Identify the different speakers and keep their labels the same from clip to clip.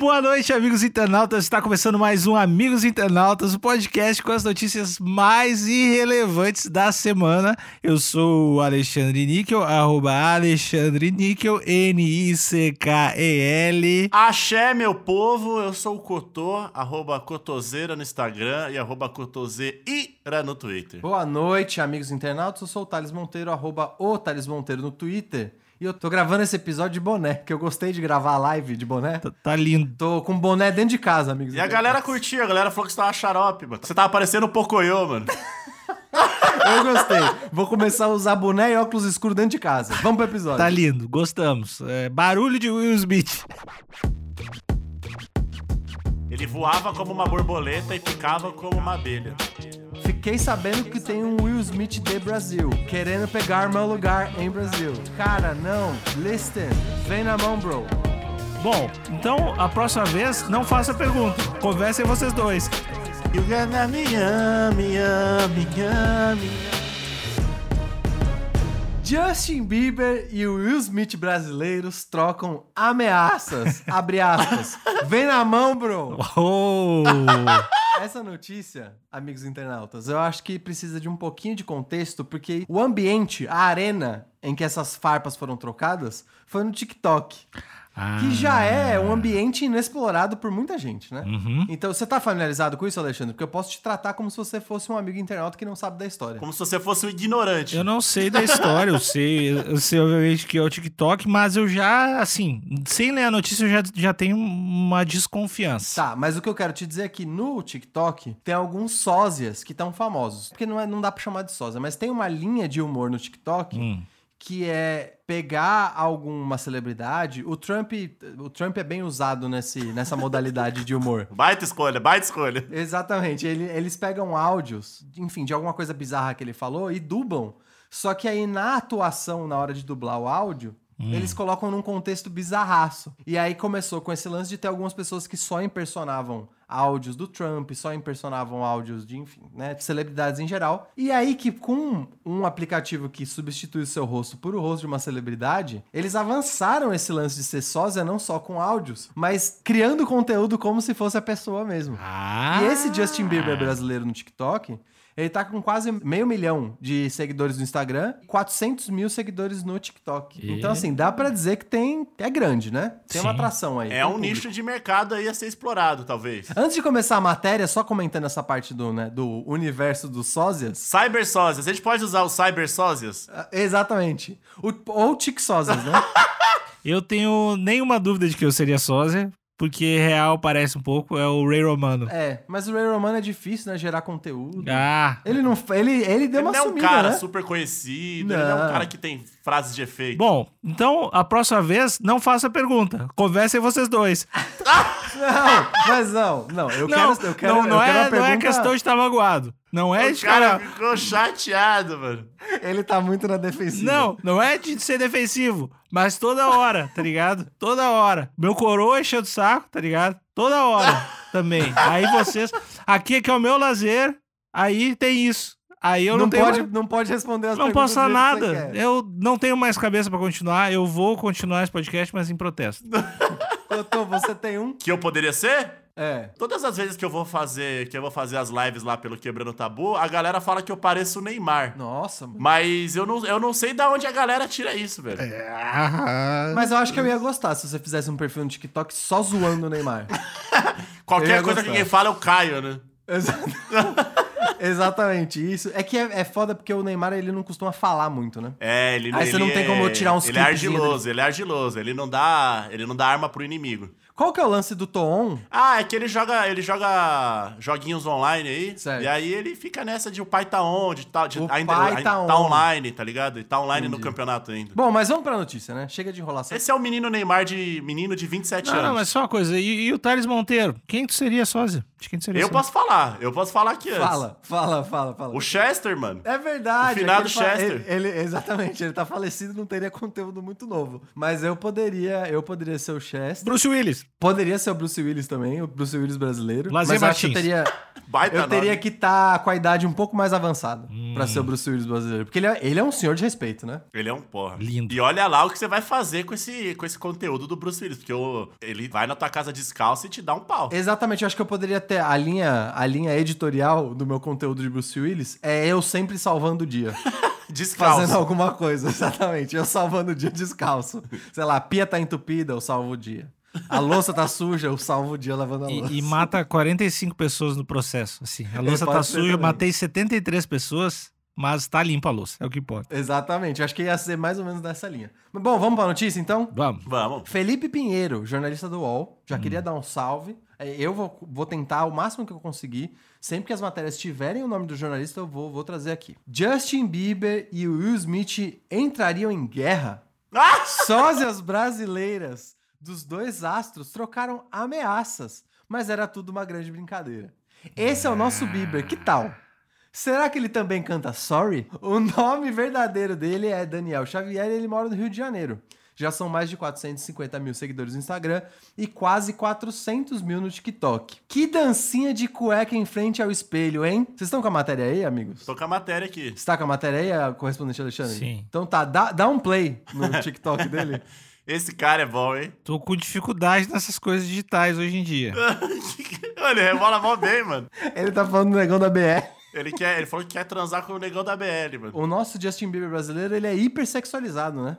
Speaker 1: Boa noite, amigos internautas. Está começando mais um Amigos Internautas, o podcast com as notícias mais irrelevantes da semana. Eu sou o Alexandre Níquel, arroba Alexandre Níquel, N-I-C-K-E-L.
Speaker 2: Axé, meu povo, eu sou o Cotô, arroba Cotoseira no Instagram e arroba Cotoseira no Twitter.
Speaker 3: Boa noite, amigos internautas. Eu sou o Thales Monteiro, arroba o Thales Monteiro no Twitter. E eu tô gravando esse episódio de boné, que eu gostei de gravar a live de boné.
Speaker 1: Tá, tá lindo.
Speaker 3: Tô com boné dentro de casa, amigos.
Speaker 2: E a galera curtiu, a galera falou que você tava xarope, mano. Você tava parecendo o Pocoyo, mano.
Speaker 3: Eu gostei. Vou começar a usar boné e óculos escuros dentro de casa. Vamos pro episódio.
Speaker 1: Tá lindo, gostamos. É, barulho de Will Smith.
Speaker 2: Ele voava como uma borboleta e picava como uma abelha.
Speaker 3: Fiquei sabendo que tem um Will Smith de Brasil, querendo pegar meu lugar em Brasil. Cara, não. Listen. Vem na mão, bro.
Speaker 1: Bom, então a próxima vez não faça pergunta. Conversem vocês dois.
Speaker 2: You gonna me, ah, me, me, me.
Speaker 3: Justin Bieber e o Will Smith brasileiros trocam ameaças. Abre aspas. Vem na mão, bro.
Speaker 1: Oh,
Speaker 3: Essa notícia, amigos internautas, eu acho que precisa de um pouquinho de contexto, porque o ambiente, a arena em que essas farpas foram trocadas, foi no TikTok. Que
Speaker 1: Ah.
Speaker 3: já é um ambiente inexplorado por muita gente, né? Então, você tá familiarizado com isso, Alexandre? Porque eu posso te tratar como se você fosse um amigo internauta que não sabe da história.
Speaker 2: Como se você fosse um ignorante.
Speaker 1: eu não sei da história, eu sei, eu sei obviamente que é o TikTok, mas eu já, assim, sem ler a notícia, eu já, já tenho uma desconfiança.
Speaker 3: Tá, mas o que eu quero te dizer é que no TikTok tem alguns sósias que estão famosos. Porque não, é, não dá pra chamar de sósia, mas tem uma linha de humor no TikTok que é pegar alguma celebridade. O Trump, o Trump é bem usado nesse, nessa modalidade de humor.
Speaker 2: Baita escolha, baita escolha.
Speaker 3: Exatamente. Ele- eles pegam áudios, enfim, de alguma coisa bizarra que ele falou e dublam. Só que aí na atuação, na hora de dublar o áudio, eles colocam num contexto bizarraço. E aí começou com esse lance de ter algumas pessoas que só impersonavam áudios do Trump, só impersonavam áudios de, enfim, né, de celebridades em geral. E aí que com um aplicativo que substitui o seu rosto por o rosto de uma celebridade, eles avançaram esse lance de ser sósia não só com áudios, mas criando conteúdo como se fosse a pessoa mesmo.
Speaker 1: Ah,
Speaker 3: E esse Justin Bieber brasileiro no TikTok, ele tá com quase meio milhão de seguidores no Instagram e 400 mil seguidores no TikTok.
Speaker 1: E-
Speaker 3: Então, assim, dá pra dizer que tem. É grande, né? Tem uma
Speaker 1: Sim.
Speaker 3: atração aí.
Speaker 2: É
Speaker 3: tem
Speaker 2: um
Speaker 3: público.
Speaker 2: nicho de mercado aí a ser explorado, talvez.
Speaker 3: Antes de começar a matéria, só comentando essa parte do, né, do universo dos sósias.
Speaker 2: Cyber sósias. A gente pode usar os cyber sósias?
Speaker 3: Ah, Exatamente. O, ou tic sósias, né?
Speaker 1: eu tenho nenhuma dúvida de que eu seria sósia, porque real parece um pouco, é o Ray Romano.
Speaker 3: é, mas o Ray Romano é difícil, né? Gerar conteúdo.
Speaker 1: Ah,
Speaker 3: Ele não. Ele, ele deu
Speaker 2: Ele
Speaker 3: uma
Speaker 2: não é um
Speaker 3: sumida,
Speaker 2: cara
Speaker 3: né?
Speaker 2: super conhecido, ele não é um
Speaker 3: Não.
Speaker 2: cara que tem frases de efeito.
Speaker 1: bom, então a próxima vez não faça pergunta, conversem vocês dois.
Speaker 3: Não, mas não, não. Eu
Speaker 1: não,
Speaker 3: quero. Eu quero
Speaker 1: não, não é, não
Speaker 3: eu quero uma
Speaker 1: é
Speaker 3: pergunta-
Speaker 1: questão de estar magoado. Não é
Speaker 2: o
Speaker 1: de cara...
Speaker 2: cara ficou chateado, mano.
Speaker 3: Ele tá muito na defensiva.
Speaker 1: Não, não é de ser defensivo, mas toda hora, tá ligado? Toda hora. Meu coroa encheu o saco, tá ligado? Toda hora também. Aí vocês. Aqui que é o meu lazer, aí tem isso. Aí eu não,
Speaker 3: não,
Speaker 1: tenho.
Speaker 3: pode,
Speaker 1: mais-
Speaker 3: não pode responder as
Speaker 1: não
Speaker 3: perguntas
Speaker 1: posso falar
Speaker 3: do jeito que
Speaker 1: nada.
Speaker 3: você
Speaker 1: Eu não tenho mais cabeça pra continuar. Eu vou continuar esse podcast, mas em protesto.
Speaker 3: quer. Cotô, você tem um?
Speaker 2: Que eu poderia ser?
Speaker 3: É.
Speaker 2: Todas as vezes que eu vou fazer, que eu vou fazer as lives lá pelo Quebrando Tabu, a galera fala que eu pareço o Neymar.
Speaker 3: Nossa, mano.
Speaker 2: Mas eu não, eu não sei da onde a galera tira isso, velho.
Speaker 3: É, Mas eu acho que eu ia gostar se você fizesse um perfil no TikTok só zoando o Neymar. eu
Speaker 2: Qualquer coisa
Speaker 3: ia
Speaker 2: que
Speaker 3: gostar.
Speaker 2: ninguém fala, eu caio, né?
Speaker 3: Exa- Exatamente isso. É que é, é foda porque o Neymar ele não costuma falar muito, né?
Speaker 2: É, ele
Speaker 3: Aí você
Speaker 2: ele
Speaker 3: não tem como
Speaker 2: é-
Speaker 3: tirar um
Speaker 2: Ele é
Speaker 3: scriptzinho
Speaker 2: argiloso, ele é argiloso. Ele não dá, ele não dá arma pro inimigo.
Speaker 3: Qual que é o lance do Tom?
Speaker 2: Ah, é que ele joga, ele joga joguinhos online aí.
Speaker 3: Certo.
Speaker 2: E aí ele fica nessa de o pai tá on, de tá, de,
Speaker 3: O pai tá on.
Speaker 2: online, tá ligado? E tá online no campeonato ainda.
Speaker 3: Bom, mas vamos pra notícia, né? Chega de enrolação.
Speaker 2: Esse é o menino Neymar de menino de 27
Speaker 1: Não,
Speaker 2: anos.
Speaker 1: não, mas só uma coisa. E, e o Thales Monteiro? Quem tu seria sósia? De quem tu seria
Speaker 2: Eu
Speaker 1: sósia? é
Speaker 2: posso falar, eu posso falar aqui antes.
Speaker 3: é Fala, Fala, fala, fala.
Speaker 2: O Chester, mano.
Speaker 3: É verdade.
Speaker 2: O finado
Speaker 3: é que ele fa-
Speaker 2: Chester.
Speaker 3: Ele, ele- exatamente, ele tá falecido, não teria conteúdo muito novo. Mas eu poderia, eu poderia ser o Chester.
Speaker 4: Bruce Willis.
Speaker 3: Poderia ser o Bruce Willis também, o Bruce Willis brasileiro.
Speaker 1: Lazer
Speaker 3: mas eu acho que eu
Speaker 1: Martins.
Speaker 3: teria,
Speaker 2: Baita
Speaker 3: eu teria
Speaker 2: nome.
Speaker 3: que estar com a idade um pouco mais avançada
Speaker 1: Hum.
Speaker 3: pra ser o Bruce Willis brasileiro. Porque ele é, ele é um senhor de respeito, né?
Speaker 2: Ele é um porra.
Speaker 4: Lindo.
Speaker 2: E olha lá o que você vai fazer com esse, com esse conteúdo do Bruce Willis. Porque o- ele vai na tua casa descalço e te dá um pau.
Speaker 3: Exatamente, eu acho que eu poderia ter a linha, a linha editorial do meu conteúdo de Bruce Willis é eu sempre salvando o dia.
Speaker 2: Descalço.
Speaker 3: Fazendo alguma coisa, exatamente. Eu salvando o dia descalço. Sei lá, a pia tá entupida, eu salvo o dia. A louça tá suja, eu salvo o dia lavando a louça.
Speaker 1: E, e mata 45 pessoas no processo. Assim, a louça tá
Speaker 3: pode ser
Speaker 1: suja, eu
Speaker 3: também.
Speaker 1: matei 73 pessoas, mas tá limpa a louça. É o que importa.
Speaker 3: Exatamente, eu acho que ia ser mais ou menos nessa linha. Mas bom, vamos pra notícia então?
Speaker 1: Vamos.
Speaker 2: Vamos.
Speaker 3: Felipe Pinheiro, jornalista do UOL, já queria dar um salve. É, Eu vou, vou tentar o máximo que eu conseguir. Sempre que as matérias tiverem o nome do jornalista, eu vou, vou trazer aqui. Justin Bieber e Will Smith entrariam em guerra?
Speaker 2: Ah!
Speaker 3: Sósias brasileiras dos dois astros trocaram ameaças, mas era tudo uma grande brincadeira. Esse é o nosso Bieber, que tal? Será que ele também canta Sorry? O nome verdadeiro dele é Daniel Xavier e ele mora no Rio de Janeiro. Já são mais de 450 mil seguidores no Instagram e quase 400 mil no TikTok. Que dancinha de cueca em frente ao espelho, hein? Vocês estão com a matéria aí, amigos?
Speaker 2: Tô com a matéria aqui.
Speaker 3: Você tá com a matéria aí, correspondente Alexandre?
Speaker 1: Sim.
Speaker 3: Então tá, dá, dá um play no TikTok dele.
Speaker 2: Esse cara é bom, hein?
Speaker 1: Tô com dificuldade nessas coisas digitais hoje em dia.
Speaker 2: Olha, ele rebola mó bem, mano.
Speaker 3: Ele tá falando do negão da BR.
Speaker 2: Ele, quer, ele falou que quer transar com o negão da BL, mano.
Speaker 3: O nosso Justin Bieber brasileiro, ele é hipersexualizado, né?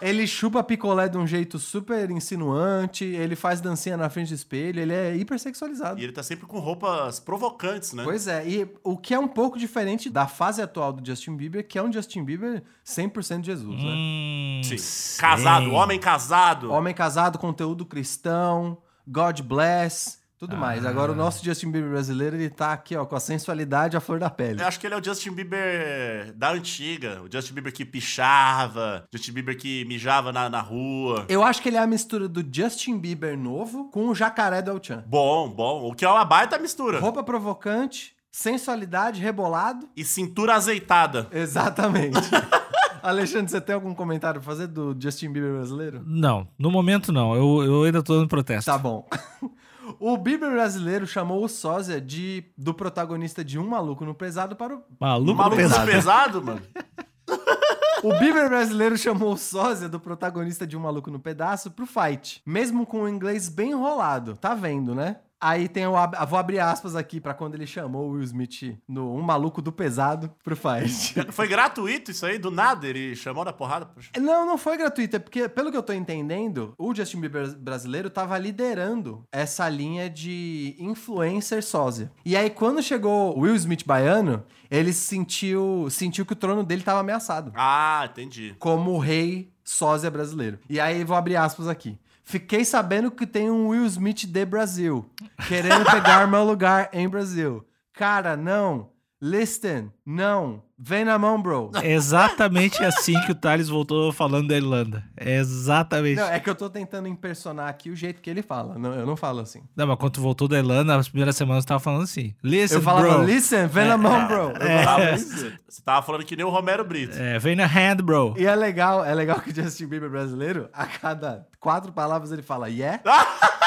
Speaker 3: ele chupa picolé de um jeito super insinuante, ele faz dancinha na frente do espelho, ele é hipersexualizado.
Speaker 2: E ele tá sempre com roupas provocantes, né?
Speaker 3: Pois é, e o que é um pouco diferente da fase atual do Justin Bieber, que é um Justin Bieber 100% Jesus, né?
Speaker 1: Hum,
Speaker 2: Sim.
Speaker 1: sim.
Speaker 2: Casado, homem casado.
Speaker 3: Homem casado, conteúdo cristão, God bless, tudo mais.
Speaker 2: Ah.
Speaker 3: Agora o nosso Justin Bieber brasileiro, ele tá aqui, ó, com a sensualidade à flor da pele.
Speaker 2: Eu acho que ele é o Justin Bieber da antiga. O Justin Bieber que pichava, Justin Bieber que mijava na, na rua.
Speaker 3: Eu acho que ele é a mistura do Justin Bieber novo com o jacaré do El-Chan.
Speaker 2: Bom, bom. O que é uma baita mistura.
Speaker 3: Roupa provocante, sensualidade, rebolado.
Speaker 2: E cintura azeitada.
Speaker 3: Exatamente. Alexandre, você tem algum comentário pra fazer do Justin Bieber brasileiro?
Speaker 1: Não, no momento não. Eu, eu ainda tô no protesto.
Speaker 3: Tá bom. O Bieber brasileiro chamou o sósia de, do protagonista de Um Maluco no Pesado para o...
Speaker 1: Maluco,
Speaker 2: Maluco
Speaker 1: pesado.
Speaker 2: pesado, pesado mano.
Speaker 3: O Bieber brasileiro chamou o sósia do protagonista de Um Maluco no Pedaço pro fight. Mesmo com o inglês bem enrolado. Tá vendo, né? Aí tem o... ab- Vou abrir aspas aqui pra quando ele chamou o Will Smith no Um Maluco do Pesado pro fight.
Speaker 2: Foi gratuito isso aí, do nada. Ele chamou na porrada. poxa.
Speaker 3: Não, não foi gratuito, é porque, pelo que eu tô entendendo, o Justin Bieber brasileiro tava liderando essa linha de influencer sósia. E aí, quando chegou o Will Smith baiano, ele sentiu, sentiu que o trono dele tava ameaçado.
Speaker 2: Ah, entendi.
Speaker 3: Como o rei sósia brasileiro. E aí, vou abrir aspas aqui. Fiquei sabendo que tem um Will Smith de Brasil, querendo pegar meu lugar em Brasil. Cara, não. Listen, não. Vem na mão, bro.
Speaker 1: É Exatamente assim que o Thales voltou falando da Irlanda. É exatamente.
Speaker 3: Não,
Speaker 1: Não,
Speaker 3: é que eu tô tentando impersonar aqui o jeito que ele fala. Não, eu não falo assim.
Speaker 1: mas quando tu voltou da Irlanda, as primeiras semanas tu tava falando assim. Listen,
Speaker 3: Eu falava,
Speaker 1: bro.
Speaker 3: listen, vem na mão, bro. Eu
Speaker 2: Você
Speaker 3: falava-
Speaker 2: tava- Você tava falando que nem o Romero Brito.
Speaker 1: É, vem na hand, bro.
Speaker 3: E é legal, é legal que o Justin Bieber brasileiro, a cada quatro palavras ele fala, yeah.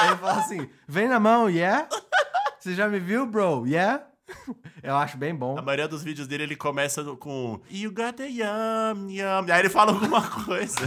Speaker 3: ele fala assim, vem na mão, yeah. Você já me viu, bro? Yeah. Eu acho bem bom.
Speaker 1: Tá
Speaker 2: A maioria dos vídeos dele ele começa no- com You got a yum, yum. Aí ele fala alguma coisa.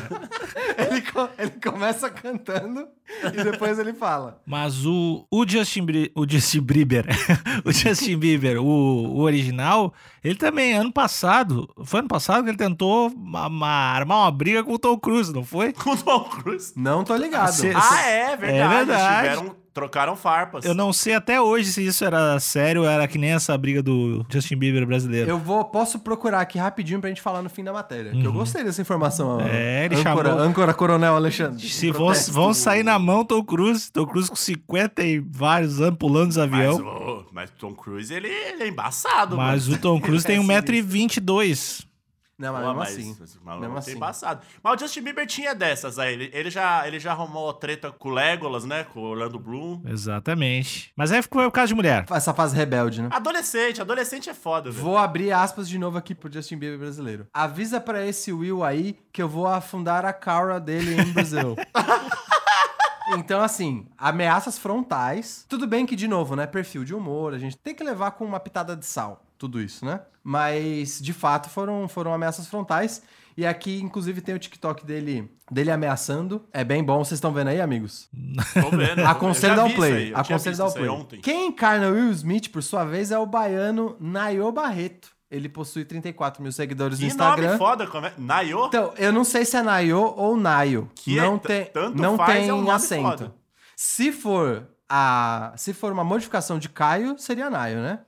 Speaker 3: Ele, co- ele começa cantando e depois ele fala.
Speaker 1: Mas o, o Justin Bri- o Justin Bieber, o Justin Bieber, o, o original, ele também ano passado, foi ano passado que ele tentou ma- ma- armar uma briga com o Tom Cruise, não foi?
Speaker 2: com o Tom Cruise.
Speaker 3: Não tô ligado.
Speaker 1: Você-
Speaker 2: Ah, é verdade.
Speaker 1: É verdade.
Speaker 2: Eles tiveram- trocaram farpas.
Speaker 1: Eu não sei até hoje se isso era sério, ou era que nem essa briga do Justin Bieber brasileiro.
Speaker 3: Eu vou, posso procurar aqui rapidinho pra gente falar no fim da matéria. Que eu gostei dessa informação.
Speaker 1: Uhum. É, ele
Speaker 3: âncora,
Speaker 1: chamou-
Speaker 3: âncora Coronel Alexandre.
Speaker 1: Se vão, vão sair na mão Tom Cruise, Tom Cruise com 50 e vários anos pulando os
Speaker 2: mas,
Speaker 1: avião,
Speaker 2: o mas Tom Cruise, ele, ele é embaçado,
Speaker 1: mas,
Speaker 2: mano.
Speaker 1: um o Tom Cruise tem
Speaker 3: Ele é
Speaker 1: 1,22m.
Speaker 3: Não, mas
Speaker 2: Pô,
Speaker 3: mesmo
Speaker 2: mas
Speaker 3: assim.
Speaker 2: esse maluco
Speaker 3: mesmo
Speaker 2: tem
Speaker 3: assim.
Speaker 2: passado. Mas o Justin Bieber tinha dessas aí. Ele, ele já, ele já arrumou a treta com o Legolas, né? Com o Orlando Bloom.
Speaker 1: Exatamente. Mas é aí ficou por causa de mulher.
Speaker 3: Essa fase rebelde, né?
Speaker 2: Adolescente, adolescente é foda, velho.
Speaker 3: Vou abrir aspas de novo aqui pro Justin Bieber brasileiro. Avisa pra esse Will aí que eu vou afundar a cara dele em Brasil. Então, assim, ameaças frontais. Tudo bem que, de novo, né? Perfil de humor, a gente tem que levar com uma pitada de sal, tudo isso, né? Mas, de fato, foram, foram ameaças frontais. E aqui, inclusive, tem o TikTok dele, dele ameaçando. É bem bom, vocês estão vendo aí, amigos?
Speaker 2: Tô vendo.
Speaker 3: Aconselho
Speaker 2: né? Eu já
Speaker 3: dar o
Speaker 2: vi isso aí,
Speaker 3: play.
Speaker 2: eu tinha
Speaker 3: Aconselho
Speaker 2: visto
Speaker 3: dar o
Speaker 2: isso aí
Speaker 3: play.
Speaker 2: Ontem.
Speaker 3: Quem encarna Will Smith, por sua vez, é o baiano Nayo Barreto. Ele possui 34 mil seguidores
Speaker 2: Que
Speaker 3: no
Speaker 2: nome
Speaker 3: Instagram.
Speaker 2: foda, como é? Nayo?
Speaker 3: Então, eu não sei se é Nayo ou Nayo.
Speaker 2: Que
Speaker 3: não
Speaker 2: é-
Speaker 3: tem,
Speaker 2: tanto
Speaker 3: não
Speaker 2: faz,
Speaker 3: tem
Speaker 2: é um nome
Speaker 3: acento.
Speaker 2: foda.
Speaker 3: Se for a, se for uma modificação de Caio, seria Nayo, né?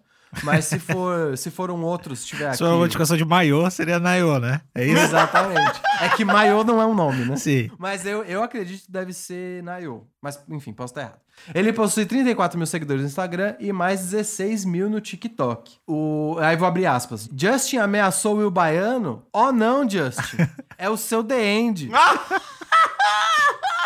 Speaker 3: Mas se for, se for um outro, se
Speaker 2: Tá
Speaker 3: tiver aqui.
Speaker 1: Sua é modificação de maiô seria Naiô, né? É isso?
Speaker 3: Exatamente. É que Mayo não é um nome, né?
Speaker 1: Sim.
Speaker 3: Mas eu, eu acredito que deve ser Nayo. Mas, enfim, posso estar errado. Ele possui 34 mil seguidores no Instagram e mais 16 mil no TikTok. O... Aí vou abrir aspas. Justin ameaçou o Will Baiano? Oh não, Justin. É o seu The End.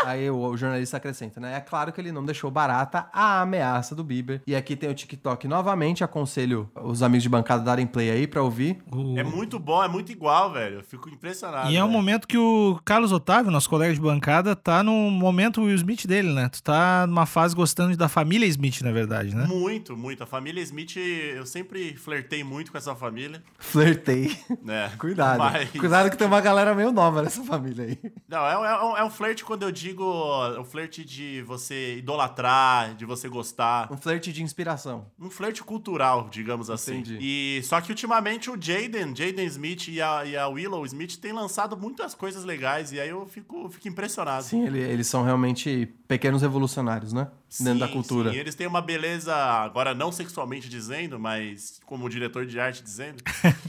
Speaker 3: Aí o, o jornalista acrescenta, né? É claro que ele não deixou barata a ameaça do Bieber. E aqui tem o TikTok novamente. Aconselho os amigos de bancada darem play aí pra ouvir.
Speaker 1: O-
Speaker 2: É muito bom, é muito igual, velho. Eu fico impressionado.
Speaker 1: E é um
Speaker 2: velho.
Speaker 1: momento que o Carlos Otávio, nosso colega de bancada, tá no momento Will Smith dele, né? Tu tá numa fase gostando da família Smith, na verdade, né?
Speaker 2: Muito, muito. A família Smith, eu sempre flertei muito com essa família.
Speaker 3: Flertei.
Speaker 2: Né?
Speaker 3: Cuidado.
Speaker 2: Mas-
Speaker 3: Cuidado que tem uma galera meio nova nessa família aí.
Speaker 2: Não, é, é, um- é um flerte quando eu digo. É um flerte de você idolatrar, de você gostar.
Speaker 3: Um flerte de inspiração.
Speaker 2: Um flerte cultural, digamos assim.
Speaker 3: Entendi.
Speaker 2: E só que ultimamente o Jaden, Jaden Smith e a, e a Willow Smith têm lançado muitas coisas legais. E aí eu fico, fico impressionado.
Speaker 3: Sim, ele- eles são realmente pequenos revolucionários, né? Dentro da
Speaker 2: Sim,
Speaker 3: cultura.
Speaker 2: Sim, é eles têm uma beleza, agora não sexualmente dizendo, mas como diretor de arte dizendo,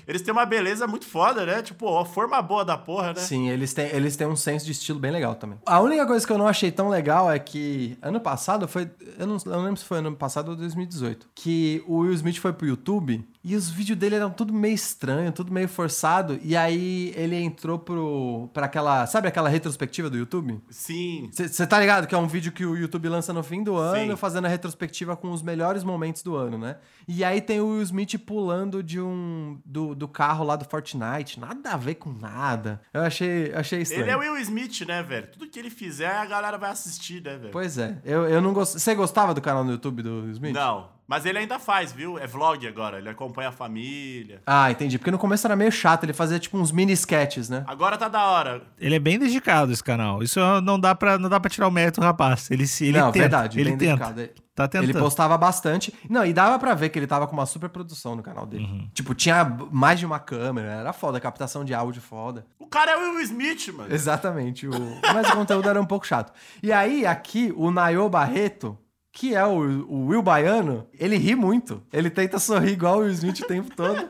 Speaker 2: eles têm uma beleza muito foda, né? Tipo, ó, forma boa da porra, né?
Speaker 3: Sim, eles têm, eles têm um senso de estilo bem legal também. A única coisa que eu não achei tão legal é que ano passado foi. Eu não, eu não lembro se foi ano passado ou 2018. Que o Will Smith foi pro YouTube e os vídeos dele eram tudo meio estranho, tudo meio forçado. E aí ele entrou pro. pra aquela. Sabe aquela retrospectiva do YouTube?
Speaker 2: Sim.
Speaker 3: Você tá ligado que é um vídeo que o YouTube lança no fim do ano,
Speaker 2: Sim.
Speaker 3: fazendo a retrospectiva com os melhores momentos do ano, né? E aí tem o Will Smith pulando de um do, do carro lá do Fortnite, nada a ver com nada. Eu achei, achei estranho.
Speaker 2: Ele é o Will Smith, né, velho? Tudo que ele fizer, a galera vai assistir, né, velho?
Speaker 3: Pois é, eu, eu não gostei. Você gostava do canal no YouTube do Will Smith?
Speaker 2: Não. Mas ele ainda faz, viu? É vlog agora, ele acompanha a família.
Speaker 3: Ah, entendi. Porque no começo era meio chato, ele fazia tipo uns mini sketches, né?
Speaker 2: Agora tá da hora.
Speaker 1: Ele é bem dedicado esse canal. Isso não dá pra, não dá pra tirar o mérito do rapaz. Ele, se- ele
Speaker 3: não,
Speaker 1: tenta.
Speaker 3: verdade,
Speaker 1: ele
Speaker 3: bem
Speaker 1: tenta.
Speaker 3: dedicado.
Speaker 1: Tá tentando.
Speaker 3: Ele postava bastante. Não, e dava pra ver que ele tava com uma super produção no canal dele.
Speaker 1: Uhum.
Speaker 3: Tipo, tinha mais de uma câmera, era foda, captação de áudio foda.
Speaker 2: O cara é o Will Smith, mano.
Speaker 3: Exatamente. O... Mas o conteúdo era um pouco chato. E aí, aqui, o Nayo Barreto, que é o, o Will Baiano, ele ri muito. Ele tenta sorrir igual o Will Smith o tempo todo.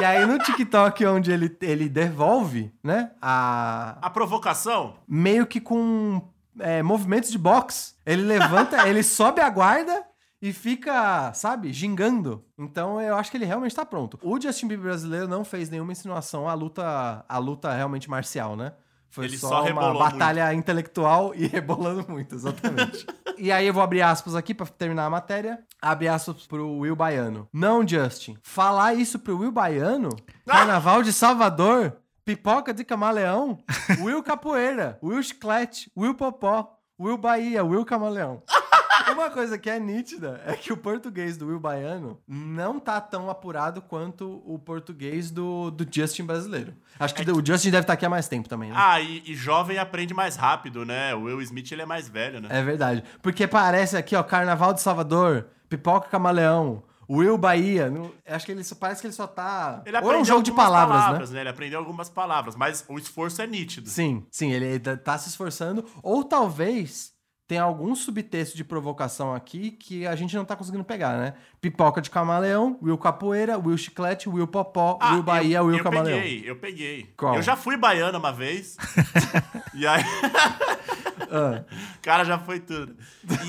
Speaker 3: E aí, no TikTok, onde ele, ele devolve, né? A...
Speaker 2: A provocação?
Speaker 3: Meio que com é, movimentos de boxe. Ele levanta, ele sobe a guarda e fica, sabe, gingando. Então eu acho que ele realmente tá pronto. O Justin Bieber brasileiro não fez nenhuma insinuação à luta, à luta realmente marcial, né? Foi
Speaker 2: Ele só
Speaker 3: só, uma
Speaker 2: rebolou
Speaker 3: batalha intelectual e rebolando muito, exatamente. e aí eu vou abrir aspas aqui pra terminar a matéria. Abre aspas pro Will Baiano. Não, Justin, falar isso pro Will Baiano? Carnaval de Salvador? Pipoca de camaleão? Will Capoeira? Will Chiclete? Will Popó? Will Bahia? Will Camaleão? Uma coisa que é nítida é que o português do Will Baiano não tá tão apurado quanto o português do, do Justin brasileiro. Acho que o Justin deve estar aqui há mais tempo também, né?
Speaker 2: É Ah, e, e jovem aprende mais rápido, né? O Will Smith, ele é mais velho, né?
Speaker 3: É verdade. Porque parece aqui, ó, Carnaval de Salvador, Pipoca Camaleão, Will Bahia. não- acho que ele só- parece que ele só tá.
Speaker 2: Ele
Speaker 3: Ou é
Speaker 2: aprendeu
Speaker 3: um jogo de
Speaker 2: algumas
Speaker 3: palavras, né?
Speaker 2: Ele aprendeu algumas palavras, mas o esforço é nítido.
Speaker 3: Sim, sim, ele tá- tá se esforçando. Ou talvez tenha algum subtexto de provocação aqui que a gente não tá conseguindo pegar, né? Pipoca de camaleão, Will Capoeira, Will Chiclete, Will Popó,
Speaker 2: Ah,
Speaker 3: Will Bahia, é
Speaker 2: eu,
Speaker 3: Will
Speaker 2: eu
Speaker 3: Camaleão.
Speaker 2: peguei, eu peguei.
Speaker 3: Qual?
Speaker 2: Eu já fui baiano uma vez. e aí
Speaker 3: Ah.
Speaker 2: O cara já foi tudo.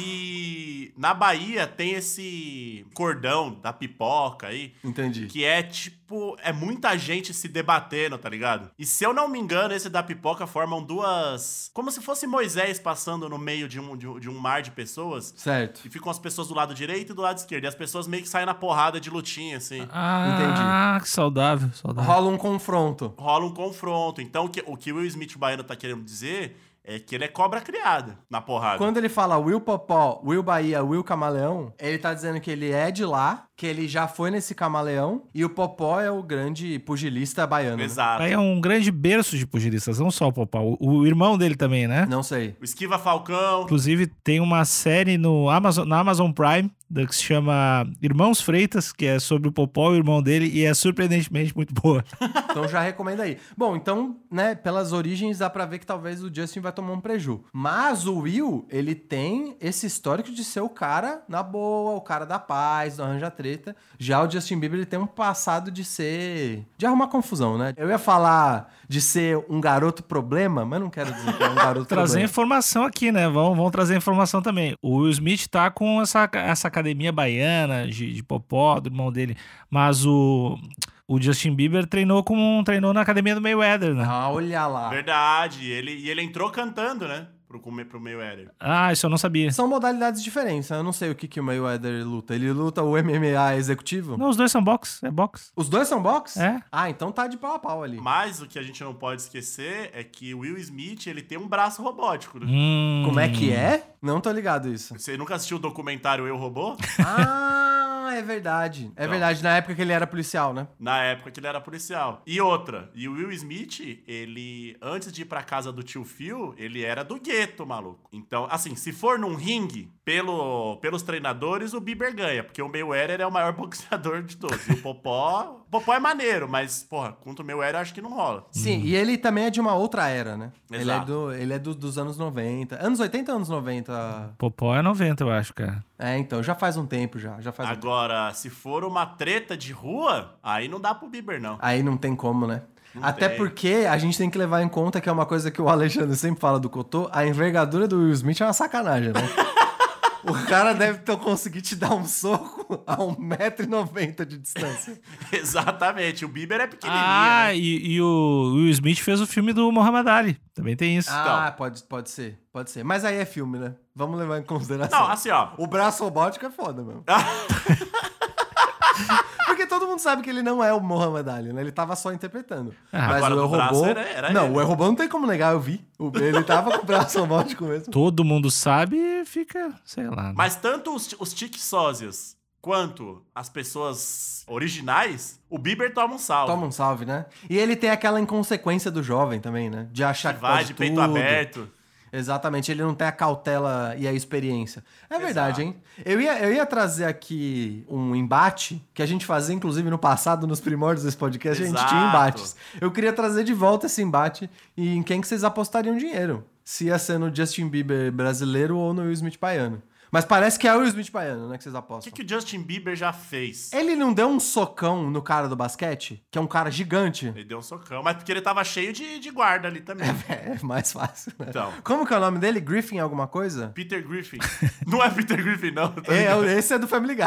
Speaker 2: E na Bahia tem esse cordão da pipoca aí,
Speaker 3: Entendi.
Speaker 2: que é tipo, é muita gente se debatendo, tá ligado? E se eu não me engano, esse da pipoca formam duas. Como se fosse Moisés passando no meio de um, de um- de um mar de pessoas.
Speaker 3: Certo.
Speaker 2: E ficam as pessoas do lado direito e do lado esquerdo. E as pessoas meio que saem na porrada de lutinha, assim.
Speaker 1: Ah, que saudável, saudável.
Speaker 3: Rola um confronto.
Speaker 2: rola um confronto. Então, o que o, que o Will Smith Baiano tá querendo dizer é que ele é cobra criada na porrada.
Speaker 3: Quando ele fala Will Popó, Will Bahia, Will Camaleão, ele tá dizendo que ele é de lá, que ele já foi nesse camaleão, e o Popó é o grande pugilista baiano. né?
Speaker 2: Exato.
Speaker 1: Aí é um grande berço de pugilistas, não só o Popó, o, o irmão dele também, né?
Speaker 3: Não sei.
Speaker 2: O Esquiva Falcão.
Speaker 1: Inclusive, tem uma série no Amazon, na Amazon Prime da- que se chama Irmãos Freitas, que é sobre o Popó e o irmão dele, e é surpreendentemente muito boa.
Speaker 3: Então já recomendo aí. Bom, então, né, pelas origens dá pra ver que talvez o Justin vai tomar um preju. Mas o Will, ele tem esse histórico de ser o cara na boa, o cara da paz, não arranja treta. Já o Justin Bieber, ele tem um passado de ser. de arrumar confusão, né? Eu ia falar de ser um garoto problema, mas não quero dizer que é um garoto
Speaker 1: Trazer
Speaker 3: problema.
Speaker 1: informação aqui, né? Vão, vão trazer informação também. O Will Smith tá com essa, essa academia baiana de, de Popó, do irmão dele, mas o, o Justin Bieber treinou com treinou na academia do Mayweather, né?
Speaker 3: Ah, olha lá.
Speaker 2: Verdade. Ele, e ele entrou cantando, né? Pro, come- pro meio Éder.
Speaker 1: Ah, isso eu não sabia.
Speaker 3: São modalidades diferentes. né? Eu não sei o que, que o Mayweather luta. Ele luta o MMA executivo?
Speaker 1: Não, os dois são box, é box.
Speaker 3: Os dois são boxe?
Speaker 1: É.
Speaker 3: Ah, então tá de pau a pau ali.
Speaker 2: Mas o que a gente não pode esquecer é que o Will Smith, ele tem um braço robótico. né?
Speaker 1: Hum.
Speaker 3: Como é que é? Não tô ligado isso.
Speaker 2: Você nunca assistiu o documentário Eu Robô?
Speaker 3: Ah, é verdade. É
Speaker 2: Não.
Speaker 3: verdade, na época que ele era policial, né?
Speaker 2: Na época que ele era policial. E outra, e o Will Smith, ele, antes de ir pra casa do tio Phil, ele era do gueto, maluco. Então, assim, se for num ringue, pelo, pelos treinadores, o Bieber ganha, porque o Mayweather é o maior boxeador de todos. E o Popó, o Popó é maneiro, mas, porra, contra o Mayweather, eu acho que não rola.
Speaker 3: Sim, e ele também é de uma outra era, né? Ele é,
Speaker 2: Hum. Exato.
Speaker 3: do, ele é do- dos anos 90. Anos 80 anos 90?
Speaker 1: Popó é 90, eu acho, cara.
Speaker 3: É, então, já faz um tempo já. Já faz um tempo.
Speaker 2: Agora, se for uma treta de rua, aí não dá pro Bieber, não.
Speaker 3: Aí não tem como, né?
Speaker 2: Não
Speaker 3: Até
Speaker 2: tem.
Speaker 3: porque a gente tem que levar em conta que é uma coisa que o Alexandre sempre fala do Cotô, a envergadura do Will Smith é uma sacanagem, né? O cara deve ter conseguido te dar um soco a 1,90m de distância.
Speaker 2: Exatamente, o Bieber é pequenininho.
Speaker 1: Ah,
Speaker 2: né?
Speaker 1: e, e o Will Smith fez o filme do Muhammad Ali. Também tem isso.
Speaker 2: Então.
Speaker 3: Ah, pode, pode ser, pode ser. Mas aí é filme, né? Vamos levar em consideração.
Speaker 2: Não, assim, ó.
Speaker 3: O braço robótico é foda mesmo. Porque todo mundo sabe que ele não é o Muhammad Ali, né? Ele tava só interpretando.
Speaker 1: Ah,
Speaker 3: Mas
Speaker 2: agora
Speaker 3: o Eu
Speaker 2: do braço
Speaker 3: Robô...
Speaker 2: era- era
Speaker 3: não,
Speaker 2: ele.
Speaker 3: o Eu Robô não tem como negar, eu vi. O- Ele tava com o braço robótico mesmo.
Speaker 1: Todo mundo sabe, fica, sei lá. né?
Speaker 2: Mas tanto os, os tic sósias quanto as pessoas originais, o Bieber toma um salve.
Speaker 3: Toma um salve, né? E ele tem aquela inconsequência do jovem também, né? De achar que
Speaker 2: Vai
Speaker 3: pode
Speaker 2: de peito
Speaker 3: tudo.
Speaker 2: aberto.
Speaker 3: Exatamente, ele não tem a cautela e a experiência. É
Speaker 2: Exato.
Speaker 3: verdade, hein? Eu ia, eu ia trazer aqui um embate que a gente fazia, inclusive, no passado, nos primórdios desse podcast, a gente tinha
Speaker 2: Exato.
Speaker 3: embates. Eu queria trazer de volta esse embate e em quem que vocês apostariam dinheiro. Se ia ser no Justin Bieber brasileiro ou no Will Smith baiano. Mas parece que é o Will Smith baiano, né, que vocês
Speaker 2: O que,
Speaker 3: apostam.
Speaker 2: que o Justin Bieber já fez?
Speaker 3: Ele não deu um socão no cara do basquete? Que é um cara gigante?
Speaker 2: Ele deu um socão, mas porque ele tava cheio de, de guarda ali também.
Speaker 3: É mais fácil, né?
Speaker 2: Então.
Speaker 3: Como que é o nome dele? Griffin alguma coisa?
Speaker 2: Peter Griffin. não é Peter Griffin, não. tá
Speaker 3: É,
Speaker 2: ligado?
Speaker 3: é, esse é do Family Guy.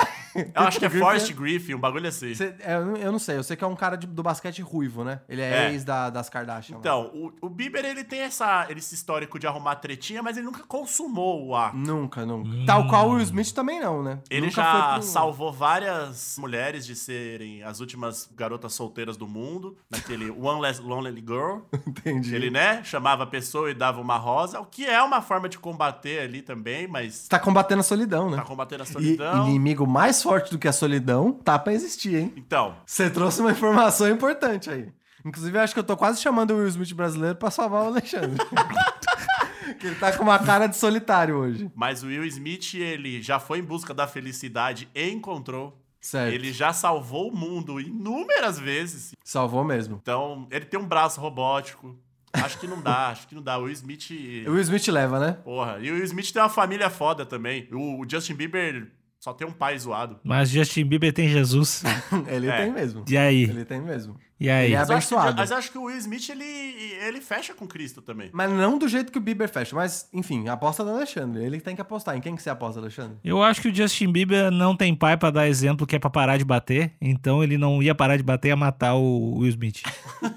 Speaker 2: eu acho que é
Speaker 3: Griffin
Speaker 2: Forrest Griffin, um bagulho assim.
Speaker 3: Cê- é, eu, não- eu não sei, eu sei que é um cara de- do basquete ruivo, né? Ele é,
Speaker 2: É.
Speaker 3: ex da- das Kardashian. né?
Speaker 2: Então, o, o Bieber, ele tem essa, esse histórico de arrumar tretinha, mas ele nunca consumou o ar.
Speaker 3: Nunca, nunca. Tal qual o Will Smith também não, né?
Speaker 2: Ele
Speaker 3: nunca
Speaker 2: já
Speaker 3: pro-
Speaker 2: salvou várias mulheres de serem as últimas garotas solteiras do mundo, naquele One Less Lonely Girl.
Speaker 3: Entendi.
Speaker 2: Ele, né, chamava a pessoa e dava uma rosa, o que é uma forma de combater ali também, mas
Speaker 3: Tá combatendo a solidão, né?
Speaker 2: pra combater a
Speaker 3: E
Speaker 2: solidão.
Speaker 3: inimigo mais forte do que a solidão tá pra existir, hein?
Speaker 2: Então,
Speaker 3: Você trouxe uma informação importante aí. Inclusive, eu acho que eu tô quase chamando o Will Smith brasileiro pra salvar o Alexandre. que ele tá com uma cara de solitário hoje.
Speaker 2: mas o Will Smith, ele já foi em busca da felicidade e encontrou.
Speaker 3: Certo.
Speaker 2: Ele já salvou o mundo inúmeras vezes.
Speaker 3: Salvou mesmo.
Speaker 2: Então, ele tem um braço robótico. Acho que não dá, acho que não dá. O Will Smith.
Speaker 3: O Will Smith leva, né?
Speaker 2: Porra, e o Will Smith tem uma família foda também. O o Justin Bieber Só tem um pai zoado.
Speaker 1: Mas Justin Bieber tem Jesus.
Speaker 3: Ele
Speaker 2: É.
Speaker 3: tem mesmo.
Speaker 1: E aí?
Speaker 3: Ele tem mesmo.
Speaker 1: E aí?
Speaker 3: Ele é
Speaker 2: Mas eu acho que,
Speaker 3: abençoado.
Speaker 2: mas eu acho que o Will Smith, ele, ele fecha com Cristo também.
Speaker 3: Mas não do jeito que o Bieber fecha. Mas, enfim, aposta do Alexandre. Ele tem que apostar. Em quem que você aposta, Alexandre?
Speaker 1: Eu acho que o Justin Bieber não tem pai pra dar exemplo que é pra parar de bater, então ele não ia parar de bater ia matar o Will Smith.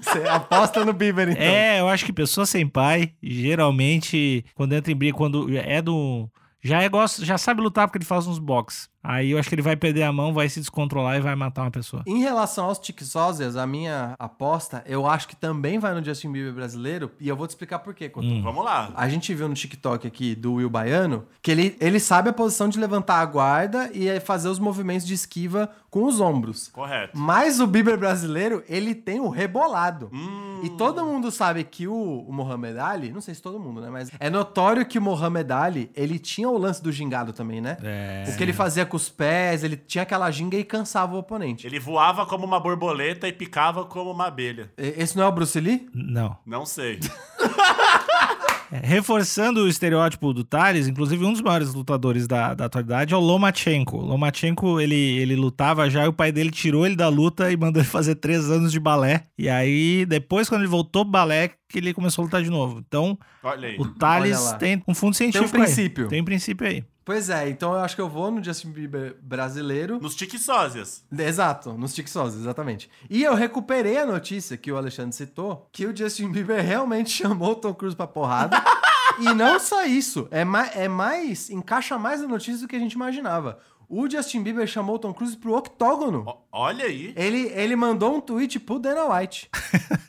Speaker 3: Você aposta no Bieber, então.
Speaker 1: É, eu acho que pessoa sem pai, geralmente, quando entra em briga, quando é do. Já, é gosta, já sabe lutar porque ele faz uns box. Aí eu acho que ele vai perder a mão, vai se descontrolar e vai matar uma pessoa.
Speaker 3: Em relação aos TikToks, a minha aposta, eu acho que também vai no Justin Bieber brasileiro. E eu vou te explicar por quê, Couto.
Speaker 1: Hum.
Speaker 2: Vamos lá.
Speaker 3: A gente viu no TikTok aqui do Will Baiano que ele, ele sabe a posição de levantar a guarda e aí fazer os movimentos de esquiva com os ombros.
Speaker 2: Correto.
Speaker 3: Mas o Bieber brasileiro, ele tem o rebolado.
Speaker 2: Hum.
Speaker 3: E todo mundo sabe que o, o Mohamed Ali, não sei se todo mundo, né? Mas é notório que o Mohamed Ali, ele tinha o lance do gingado também, né?
Speaker 1: É.
Speaker 3: O que ele fazia com os pés, ele tinha aquela ginga e cansava o oponente.
Speaker 2: Ele voava como uma borboleta e picava como uma abelha.
Speaker 3: E- Esse não é o Bruce Lee?
Speaker 1: Não.
Speaker 2: Não sei.
Speaker 1: É, reforçando o estereótipo do Thales, inclusive um dos maiores lutadores da, da atualidade é o Lomachenko. O Lomachenko, ele, ele lutava já e o pai dele tirou ele da luta e mandou ele fazer três anos de balé. E aí, depois, quando ele voltou pro balé, que ele começou a lutar de novo. Então,
Speaker 2: Olha aí.
Speaker 1: o Thales
Speaker 3: lá.
Speaker 1: tem um fundo
Speaker 3: Tem
Speaker 1: científico
Speaker 3: um princípio.
Speaker 1: aí. Tem um princípio aí.
Speaker 3: Pois é, então eu acho que eu vou no Justin Bieber brasileiro.
Speaker 2: Nos tique sósias.
Speaker 3: Exato, nos TikToks, exatamente. E eu recuperei a notícia que o Alexandre citou, que o Justin Bieber realmente chamou o Tom Cruise pra porrada. e não só isso, é, ma é mais, encaixa mais a notícia do que a gente imaginava. O Justin Bieber chamou o Tom Cruise pro octógono.
Speaker 2: O- Olha aí.
Speaker 3: Ele, ele mandou um tweet pro Dana White,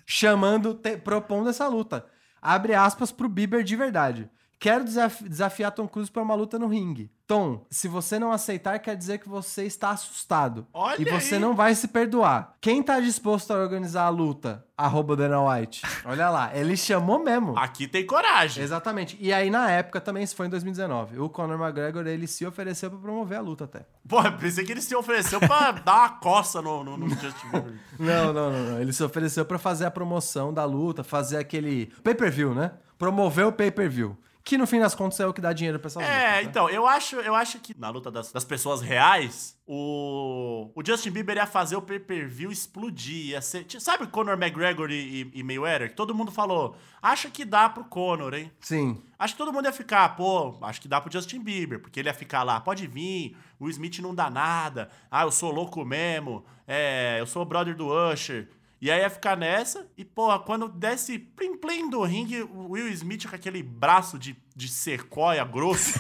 Speaker 3: chamando, te- propondo essa luta. Abre aspas pro Bieber de verdade. Quero desaf- desafiar Tom Cruise pra uma luta no ringue. Tom, se você não aceitar, quer dizer que você está assustado.
Speaker 2: Olha
Speaker 3: e você
Speaker 2: aí.
Speaker 3: não vai se perdoar. Quem tá disposto a organizar a luta? Arroba Dana White. Olha lá, ele chamou mesmo.
Speaker 2: Aqui tem coragem.
Speaker 3: Exatamente. E aí, na época, também, isso foi em 2019, o Conor McGregor, ele se ofereceu pra promover a luta até.
Speaker 2: Pô, eu pensei que ele se ofereceu pra dar uma coça no, no, no Justin Bieber.
Speaker 3: Não, não, não, não. Ele se ofereceu pra fazer a promoção da luta, fazer aquele pay-per-view, né? Promover o pay-per-view. Que no fim das contas é o que dá dinheiro pra essa luta.
Speaker 2: É,
Speaker 3: né?
Speaker 2: então, eu acho, eu acho que na luta das, das pessoas reais, o, o Justin Bieber ia fazer o pay-per-view explodir. Ia ser, ti- sabe o Conor McGregor e, e, e Mayweather? Que todo mundo falou, acho que dá pro Conor, hein?
Speaker 3: Sim.
Speaker 2: Acho que todo mundo ia ficar, pô, acho que dá pro Justin Bieber, porque ele ia ficar lá, pode vir, o Smith não dá nada, ah, eu sou louco mesmo, é, eu sou brother do Usher. E aí ia ficar nessa, e porra, quando desse plim plim do ringue, o Will Smith com aquele braço de, de sequoia grosso,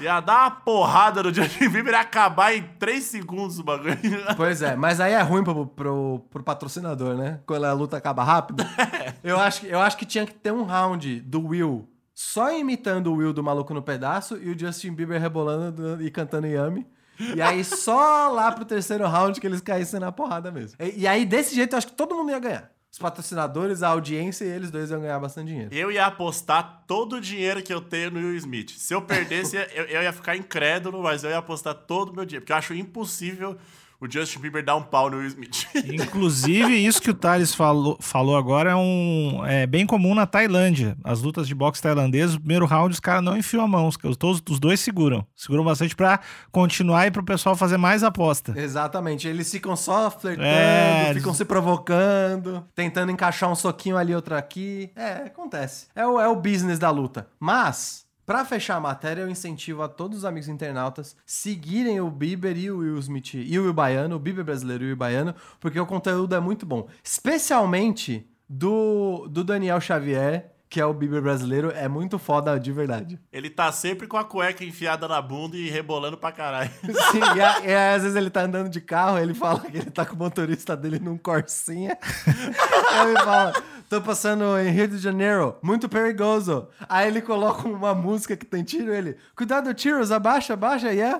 Speaker 2: ia dar uma porrada no Justin Bieber e acabar em 3 segundos o bagulho.
Speaker 3: Pois é, mas aí é ruim pro, pro, pro patrocinador, né? Quando a luta acaba rápido. eu, acho, que- eu acho que tinha que ter um round do Will só imitando o Will do Maluco no Pedaço e o Justin Bieber rebolando do- e cantando Yami. E aí só lá pro terceiro round que eles caíssem na porrada mesmo. E, e aí desse jeito eu acho que todo mundo ia ganhar. Os patrocinadores, a audiência e eles dois iam ganhar bastante dinheiro.
Speaker 2: Eu ia apostar todo o dinheiro que eu tenho no Will Smith. Se eu perdesse, eu, eu ia ficar incrédulo, mas eu ia apostar todo o meu dinheiro. Porque eu acho impossível o Justin Bieber dar um pau no Will Smith.
Speaker 1: Inclusive, isso que o Thales falou, falou agora é, um, é bem comum na Tailândia. As lutas de boxe tailandesas, o primeiro round, os caras não enfiam a mão. Os, todos, os dois seguram. Seguram bastante pra continuar e pro pessoal fazer mais aposta.
Speaker 3: Exatamente, eles ficam só flertando,
Speaker 1: É,
Speaker 3: ficam
Speaker 1: eles-
Speaker 3: se provocando, tentando encaixar um soquinho ali, outro aqui. É, acontece. É o, é o business da luta. Mas, pra fechar a matéria, eu incentivo a todos os amigos internautas seguirem o Bieber e o Will Smith e o Will Baiano, o Bieber brasileiro e o Will Baiano, porque o conteúdo é muito bom. Especialmente do, do Daniel Xavier, que é o Bieber brasileiro, é muito foda de verdade.
Speaker 2: Ele tá sempre com a cueca enfiada na bunda e rebolando pra caralho.
Speaker 3: Sim, e, a- e aí, às vezes ele tá andando de carro, ele fala que ele tá com o motorista dele num Corsinha. Aí ele fala, tô passando em Rio de Janeiro, muito perigoso. Aí ele coloca uma música que tem tiro, ele, cuidado tiros, abaixa, abaixa, yeah.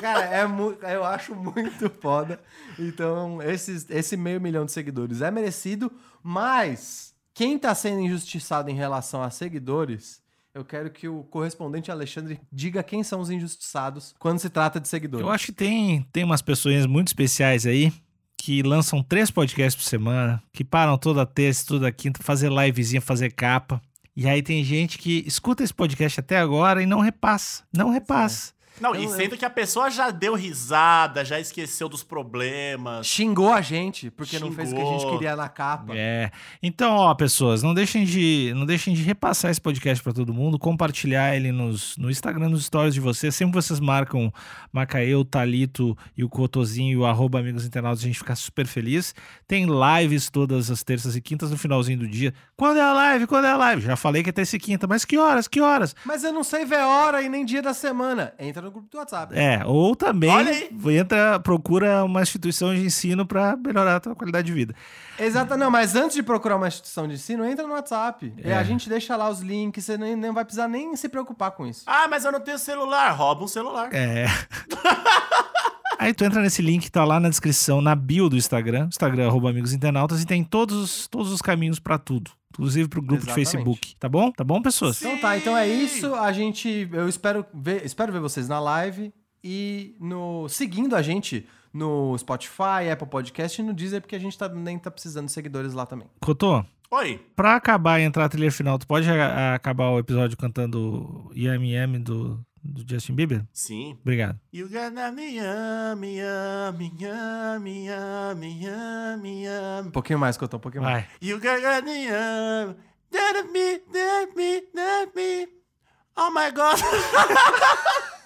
Speaker 3: Cara, é mu- eu acho muito foda. Então, esses, esse meio milhão de seguidores é merecido, mas quem tá sendo injustiçado em relação a seguidores... Eu quero que o correspondente Alexandre diga quem são os injustiçados quando se trata de seguidores.
Speaker 1: Eu acho que tem, tem umas pessoinhas muito especiais aí que lançam três podcasts por semana, que param toda terça, toda quinta, fazer livezinha, fazer capa. E aí tem gente que escuta esse podcast até agora e não repassa. Não repassa.
Speaker 2: Não, e
Speaker 3: Eu-
Speaker 2: sendo que a pessoa já deu risada, já esqueceu dos problemas.
Speaker 3: Xingou a gente, porque não fez o que a gente
Speaker 2: Xingou.
Speaker 3: queria na capa.
Speaker 1: É. Então, ó, pessoas, não deixem de, não deixem de repassar esse podcast pra todo mundo, compartilhar ele nos, no Instagram, nos stories de vocês. Sempre vocês marcam Macaeu, Talito e o Cotozinho e o arroba Amigos Internautas, a gente fica super feliz. Tem lives todas as terças e quintas no finalzinho do dia. Quando é a live? Quando é a live? Já falei que é terça e quinta, mas que horas? Que horas?
Speaker 3: Mas eu não sei ver hora e nem dia da semana. Entra no grupo do WhatsApp.
Speaker 1: É, ou também
Speaker 2: Olha aí.
Speaker 1: entra, procura uma instituição de ensino pra melhorar a tua qualidade de vida.
Speaker 3: Exato, não, mas antes de procurar uma instituição de ensino, entra no WhatsApp.
Speaker 1: É.
Speaker 3: E a gente deixa lá os links, você nem, nem vai precisar nem se preocupar com isso.
Speaker 2: Ah, mas eu não tenho celular. Rouba um celular.
Speaker 1: É. Aí tu entra nesse link que tá lá na descrição, na bio do Instagram, Instagram arroba amigos internautas, e tem todos, os- todos os caminhos pra tudo. Inclusive pro grupo
Speaker 3: Exatamente.
Speaker 1: de Facebook. Tá bom? Tá bom, pessoas?
Speaker 3: Então tá, então é
Speaker 2: Sim.
Speaker 3: isso. A gente, eu espero ver, espero ver vocês na live e no seguindo a gente no Spotify, Apple Podcast e no Deezer, porque a gente tá, nem tá precisando de seguidores lá também.
Speaker 1: Cotô,
Speaker 2: Oi.
Speaker 1: pra acabar e entrar a trilha final, tu pode a- a- acabar o episódio cantando Yami Yami do, do Justin Bieber?
Speaker 2: Sim.
Speaker 1: Obrigado.
Speaker 2: You gonna me, ah, yummy, yummy, yummy, yummy, yummy, yummy.
Speaker 3: Um pouquinho mais, Cotão, um pouquinho mais.
Speaker 1: Vai.
Speaker 2: You got me, um, that me, that me, that me. Oh my god.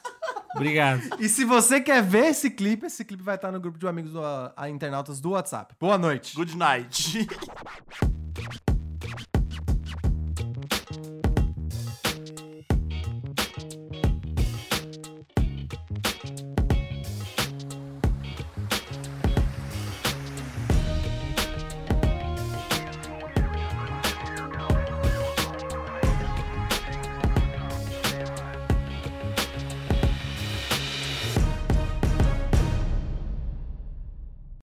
Speaker 1: Obrigado.
Speaker 3: E se você quer ver esse clipe, esse clipe vai estar no grupo de amigos do, a, a internautas do WhatsApp. Boa noite.
Speaker 2: Good night.